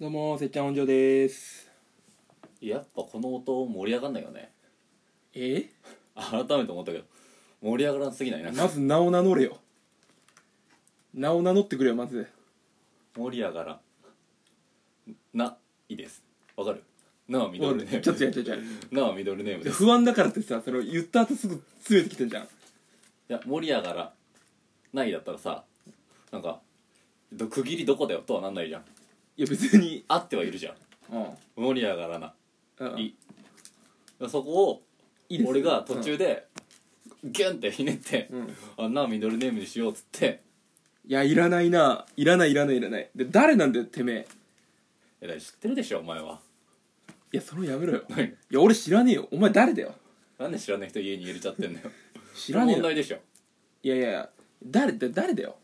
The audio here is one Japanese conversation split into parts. どうもせっちゃん本庄ですやっぱこの音盛り上がんないよねえ改めて思ったけど盛り上がらんすぎないなんまかず名を名乗れよ名を名乗ってくれよまず盛り上がらんないいですわかるなあミドルネームちょっと違う違うなあミドルネーム違うです不安だからってさそれを言った後すぐ詰めてきてんじゃんいや盛り上がらないだったらさなんかど区切りどこだよとはなんないじゃんいや別にあってはいるじゃんうん盛り上がらなうんいいそこをいいです俺が途中でギュンってひねってうん、うんい「あなあミドルネームにしよう」っつってやいらないないらないいらないいらないで誰なんだよてめえ「えらい知ってるでしょお前はいやそれやめろよ何いや俺知らねえよお前誰だよ なんで知らない人家に入れちゃってんだよ 知らねえ問よ題でしょいいやいや誰だ誰だよ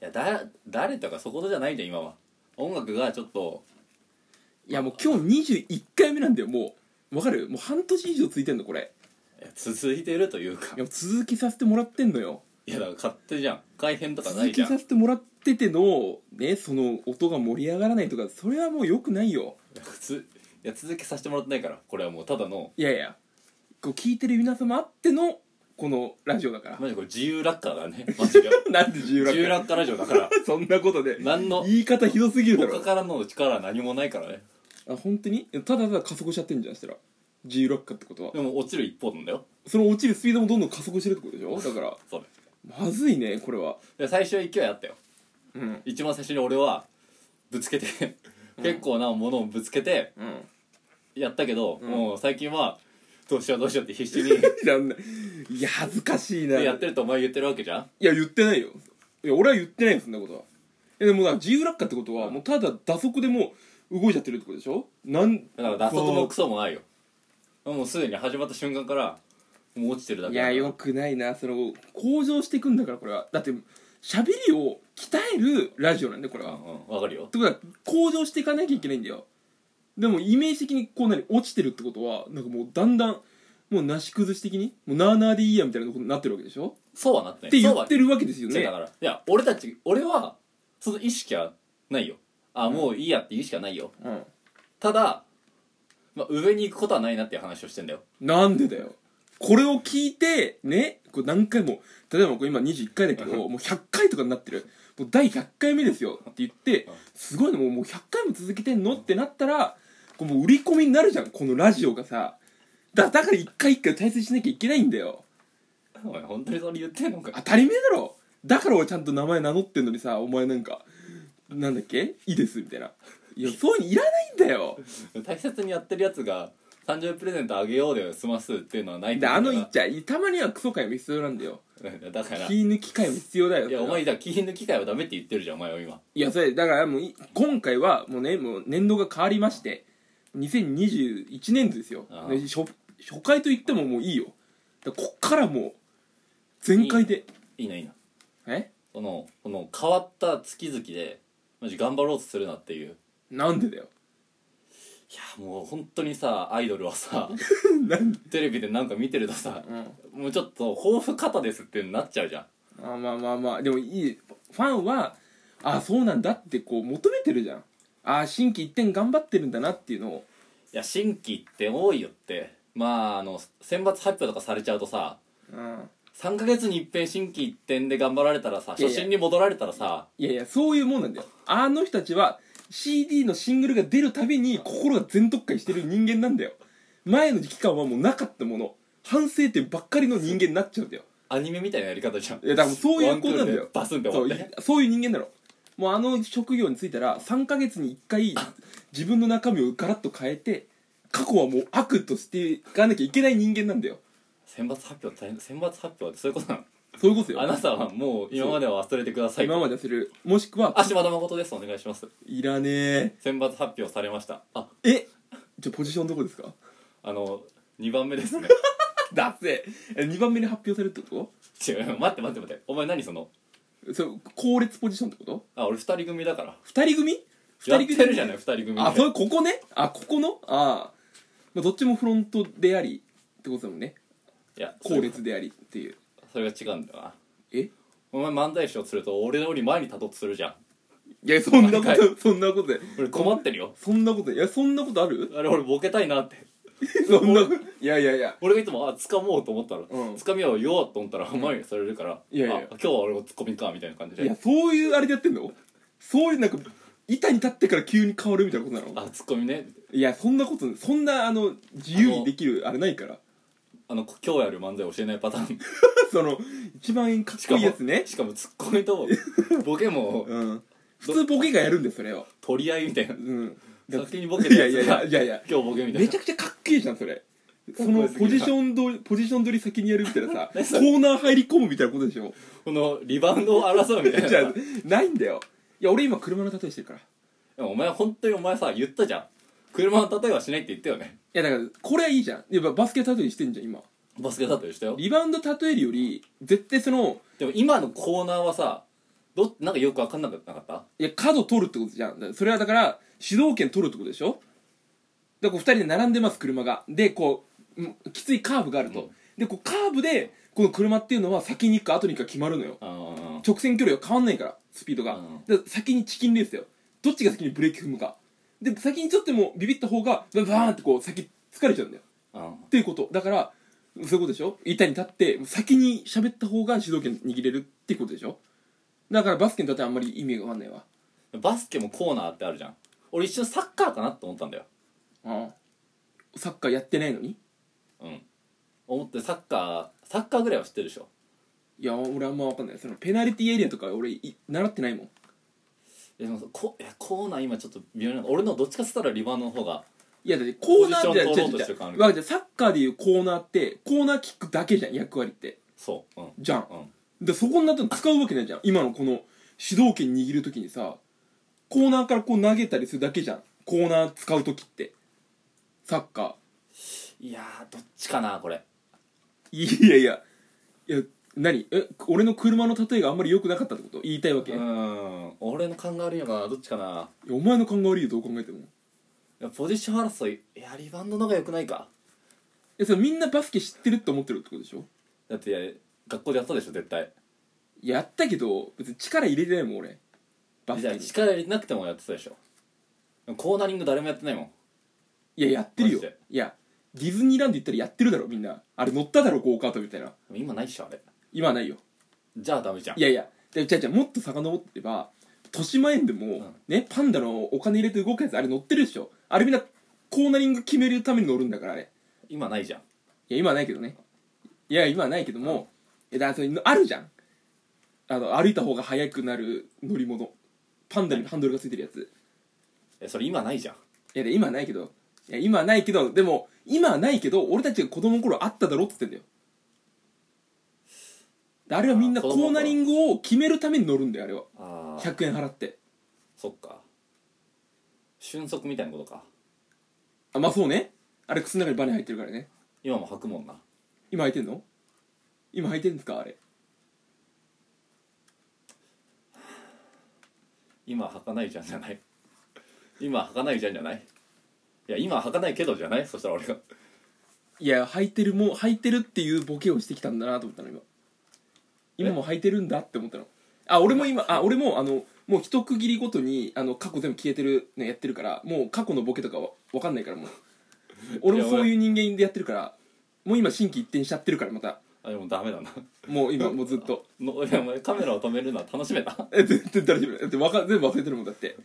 やだ誰とかそことじゃないんだよ今は音楽がちょっといやもう今日21回目なんだよもうわかるもう半年以上ついてんのこれいや続いてるというかいや続きさせてもらってんのよいやだから勝手じゃん改変とかな続いじきゃんいさせてもらっててのねその音が盛り上がらないとかそれはもう良くないよや普通いや続きさせてもらってないからこれはもうただのいやいやこう聞いてる皆様あってのこのラジオだからマジこれ自由落下だねマジでなん で自由自由落落下ラジオだ から下そんなことで何の言い方ひどすぎるだ他ろからの力は何もないからねあ本当にただただ加速しちゃってんじゃんしたら自由落下ってことはでも落ちる一方なんだよその落ちるスピードもどんどん加速してるってことでしょだからそうだよまずいねこれはで最初は勢いあったようん一番最初に俺はぶつけて結構なものをぶつけて、うんやったけど、うんもう最近はどうしようどうしようって必死にいやんないや恥ずかしいなやってるとお前言ってるわけじゃんいや言ってないよいや俺は言ってないよそんなことはいやでもだから自由落下ってことは、うんもうただ打足でもう動いちゃってるってことでしょなんだから打足もクこソもないよもうすでに始まった瞬間からもう落ちてるだうけいやよくないなその向上していくんだからこれはだって喋りを鍛えるラジオなんでこれうんは、うっんわかるよてことは向上していかなきゃいけないんだよでもイメージ的にこう何落ちてるってことはなんかもうだんだんもうなし崩し的にもうなあなあでいいやみたいなことになってるわけでしょそうはなってなっいて言そうはってるわけですよそうねだからいや俺たち俺はその意識はないよあもういいやっていう意識はないようんただ、まあ、上に行くことはないなっていう話をしてんだよなんでだよこれを聞いてねこう何回も例えばこれ今21回だけどもう100回とかになってるもう第100回目ですよって言ってうんすごいのもうもう100回も続けてんのってなったらこうもう売り込みになるじゃんこのラジオがさだだから1回1回大切にしなきゃいけないんだよお前本当にそれ言ってんのか当たり前だろだから俺ちゃんと名前名乗ってんのにさお前なんかなんだっけいいですみたいないやそういうのいらないんだよ大切にやってるやつが誕生日プレゼントあげようで済ますっていうのはないでと思あうかのらいっちゃいたまにはクソ回も必要なんだよだから気抜き回も必要だよいやそおれは前だ気抜き会はダメって言ってるじゃんお前は今いやそれだからもうい今回はもうねもう年度が変わりまして2021年度ですよああで初初回と言ってももういいよだからこっからもう全開でいいないいなえそのこの変わった月々でマジ頑張ろうとするなっていういなんでだ よやもう本当にさアイドルは さなんで、テレビでなんか見てるとさうん、もうちょっと抱負肩ですってなっちゃうじゃんまあまあまあまあでもいいファンはああそうなんだってこう求めてるじゃんああ心機一転頑張ってるんだなっていうのをいや新規って多いよってまああの選抜発表とかされちゃうとさうん3ヶ月に一遍新規一点で頑張られたらさいやい初や心に戻られたらさいやいやそういうもんなんだよあの人たちは CD のシングルが出るたびに心が全特化してる人間なんだよ前の期間はもうなかったもの反省点ばっかりの人間になっちゃうんだよアニメみたいなやり方じゃんいやだからそういうことなんだよワンクールでバスンって終そわうっいてそういう人間だろもうあの職業に就いたら3ヶ月に1回自分の中身をガラッと変えて過去はもう悪としていかなきゃいけない人間なんだよ選抜発表大変選抜発表ってそういうことなのそういうことよあなたはもう今までは忘れてください今まではするもしくはあ島田誠ですお願いしますいらねえ選抜発表されましたあえじゃあポジションどこですかあの2番目ですね だって2番目に発表されるってこ違う待って待って待ってお前何そのとそれ後列ポジションってことあ俺2人組だから2人組や二っ人組てるじゃない2人組であそうここねあここのああ、まあ、どっちもフロントでありってことだもんねいやそ後れ列でありっていうそれが違うんだよなえお前漫才師をすると俺より前に立とうとするじゃんいやそんなこ毎とそんなことで俺困ってるよそんなこといやそんなことあるあれ俺ボケたいなって そんないやいやいや俺がいつもあ掴もうと思ったら、ん掴みを言おうと思ったら前にされるから、いやいやあ今日は俺もツッコミかみたいな感じでいやそういうあれでやってんのそういうなんか板に立ってから急に変わるみたいなことなのあツッコミねいやそんなことそんなあの自由にできるあれないから あの今日やる漫才教えないパターンその一番かっしこかいいもやつねしかもツッコミとボケもうん普通ボケがやるんですそれを取り合いみたいなうん先にボケいてやいやいやいやいや今日ボケみたいなめちゃくちゃかっけえじゃんそれ そのポジションどりポジション取り先にやるみたいなさコ何 それーナー入り込むみたいなことでしょこのリバウンドを争うみたいなじさゃあないんだよいや俺今車の例えしてるからいでもお前本当にお前さ言ったじゃん車の例えはしないって言ったよねやだからこれはいいじゃんやっぱバスケ例えしてんじゃん今バスケ例えしたよリバウンド例えるより絶対そのでも今のコーナーはさどなんかよく分かんなかったいや角取るってことじゃんだからそれはだから主導権取るってことでしょだからこう2人で並んでます車がでこうんきついカーブがあると、うんでこうカーブでこの車っていうのは先に行くか後に行くか決まるのよあの直線距離は変わんないからスピードが、うんだから先にチキンレースだよどっちが先にブレーキ踏むかで先にちょっとでもビビった方がババーンってこう先疲れちゃうんだよあのっていうことだからそういうことでしょ板に立って先に喋った方が主導権握れるっていうことでしょだからバスケにとってはあんまり意味がわかんないわバスケもコーナーってあるじゃん俺一瞬サッカーかなって思ったんだよああサッカーやってないのにうん思ってサッカーサッカーぐらいは知ってるでしょいや俺あんま分かんないそのペナルティーエリアとか俺い習ってないもんいやでもこいやコーナー今ちょっと微妙な俺のどっちかっつったらリバウンドの方がいやだってコーナーじゃポジション取ろうとじゃしてる感あるじゃサッカーでいうコーナーってコーナーキックだけじゃん役割ってそううんじゃんうんでそこになったら使うわけないじゃん今のこの主導権握る時にさコーナーからこう投げたりするだけじゃんコーナー使う時ってサッカーいやーどっちかなこれいやいやいや何え俺の車の例えがあんまり良くなかったってこと言いたいわけ、ういやん俺の勘が悪いのかなどっちかなお前の考え悪いよどう考えてもいやポジション争いいやリバウンドの方が良くないかえそれみんなバスケ知ってるって思ってるってことでしょだっていや学校でやったでしょ絶対やったけど別に力入れてないもん俺バスじゃケあに力入れてなくてもやってたでしょでもコーナリング誰もやってないもんいややってるよマジでいやディズニーランド行ったらやってるだろみんなあれ乗っただろゴーカートみたいなでも今ないっしょあれ今はないよじゃあダメじゃんいやいやじゃじゃじゃもっと遡ってば豊島園でも、んねパンダのお金入れて動くやつあれ乗ってるでしょあれみんなコーナリング決めるために乗るんだからあれ今ないじゃんいや今はないけどねいや今はないけども、いやだからそれあるじゃんあの歩いた方が速くなる乗り物パンダにハンドルがついてるやつえそれ今ないじゃんいやで今はないけどいや今はないけどでも今はないけど俺たちが子供の頃あっただろって言ってんだよであれはみんなあーコ子供のー頃ナリングを決めるために乗るんだよあれはああ100円払ってそっか俊足みたいなことかあまあそうねあれ靴の中にバネ入ってるからね今も履くもんな今履いてんの今履いてんですかあれ今履かないじゃんじゃない今履かないじゃんじゃないいや今履かないけどじゃないそしたら俺がいや履いてるもう履いてるっていうボケをしてきたんだなと思ったの今今も履いてるんだって思ったのあ俺も今あ俺もあのもう一区切りごとにあの過去全部消えてるのやってるからもう過去のボケとかは分かんないからもう俺もそういう人間でやってるからもう今心機一転しちゃってるからまたあでもダメだなもう 今もうずっとのいやお前カメラを止めるのは楽しめたえ全然大丈夫だってわか全部忘れてるもんだって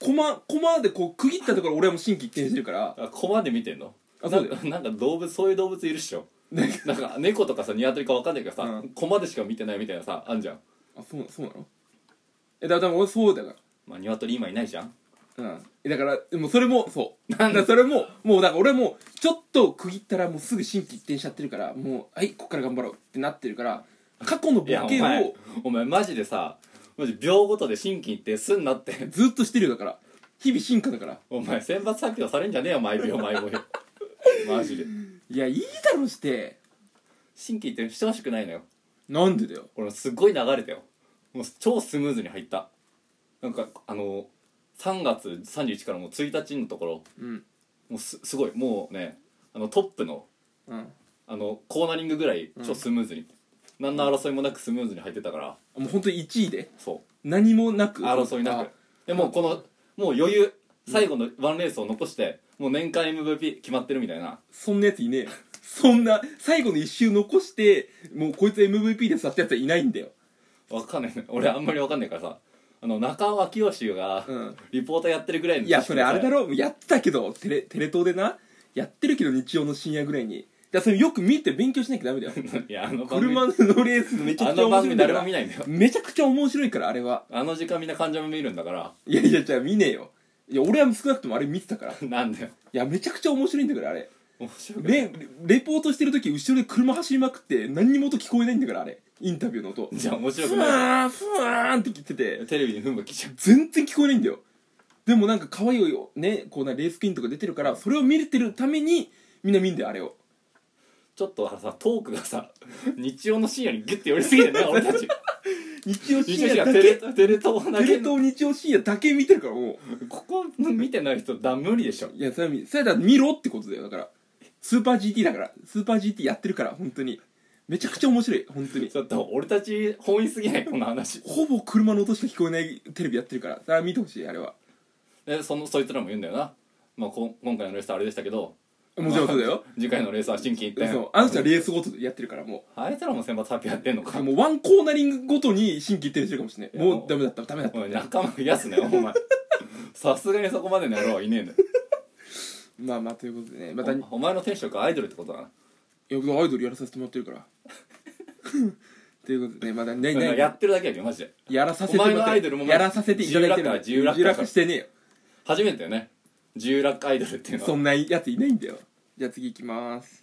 コマコマでこう区切ったところ俺はもう心機一転してるからあコマで見てんのあそうだよなんかなんか動物そういう動物いるっしょなんなんか猫とかさニワトリかわかんないけどさ、うんコマでしか見てないみたいなさあんじゃんあそうそうなのえだだから俺そうだかまあニワトリ今いないじゃんらうんえだからでもそれもそうだからそれももうだから俺もちょっと区切ったらもうすぐ心機一転しちゃってるからもうはいこっから頑張ろうってなってるから過去のボいやおケ前をお前マジでさマジ秒ごとで心機一転すんなってずっとしてるよだから日々進化だからお前選抜発表されんじゃねえよ毎秒毎秒マジでいやいいだろして新規ってしてほしくないのよなんでだよ俺すっごい流れたよもう超スムーズに入ったなんかあの3月31からもう1日のところうんもうすすごいもうねあのトップのうんあのコーナリングぐらい超スムーズに、何の争いもなくスムーズに入ってたからもう本当に1位でそ何もなくう争いなあくでもうこのもう余裕最後のワンレースを残して、もう年間 MVP 決まってるみたいなそんなやついねえよそんな最後の一周残してもうこいつ MVP ですってやつはいないんだよわかんない 俺あんまりわかんないからさあの中尾明慶がうんリポーターやってるぐらいのいやそれあれだろろやってたけどテレテレ東でなやってるけど日曜の深夜ぐらいにだからそれよく見て勉強しなきゃダメだよい やあの番組車のレースめちゃあくちゃ面の白い番組んだか誰も見らないんだよめちゃくちゃ面白いからあれはあの時間みんな患者も見るんだからいやいやじゃあ見ねえよいや俺は少なくともあれ見てたからいなんだよやめちゃくちゃ面白いんだからあれ面白くないレレポートしてる時後ろで車走りまくって何にも音聞こえないんだからあれインタビューの音じゃあ面白ふくなわーんふわーんって聞いてていテレビに噴霧来ちゃう全然聞こえないんだよでもなんか可愛いよねこうなレースクイーンとか出てるからそれを見れてるためにみんな見んだよあれをちょっとあのさトークがさ 日曜の深夜にギュッて寄りす ぎてね俺たち日曜日深曜深夜夜だテレけテレ東だテけレ東日曜深夜だけ見てるからもここ見てない人だ無理でしょういやそれは見それだ見ろってことだよだからスーパー GT だからスーパー GT やってるから本当にめちゃくちゃ面白い本当にちょっと俺たち本意すぎないこの話ほぼ車の音しか聞こえないテレビやってるからそれは見てほしいあれはでそのそいつらも言うんだよな、まあ、こ今回のレースはあれでしたけどもちろんそうだよ、次回のレースは心機一転そうあの人はレースごとでやってるからもうあいつらも選抜発表やってんのかもうワンコーナリングごとに新規一点してるかもしれないいやもうダメだったダメだったおい仲間増やすねお前 さすがにそこまでの野郎はいねえんだよまあまあということでねまたいやおお前の天職はアイドルってことだなアイドルやらさせてもらってるから ということでねまだねなんかねやってるだけやけどマジでやらさせてもらお前のっアイてドルもるやらさせていただいてる自由落下自由落下してねえよ初めてだよね自由落下アイドルっていうのはそんなやついないんだよじゃあ次行きます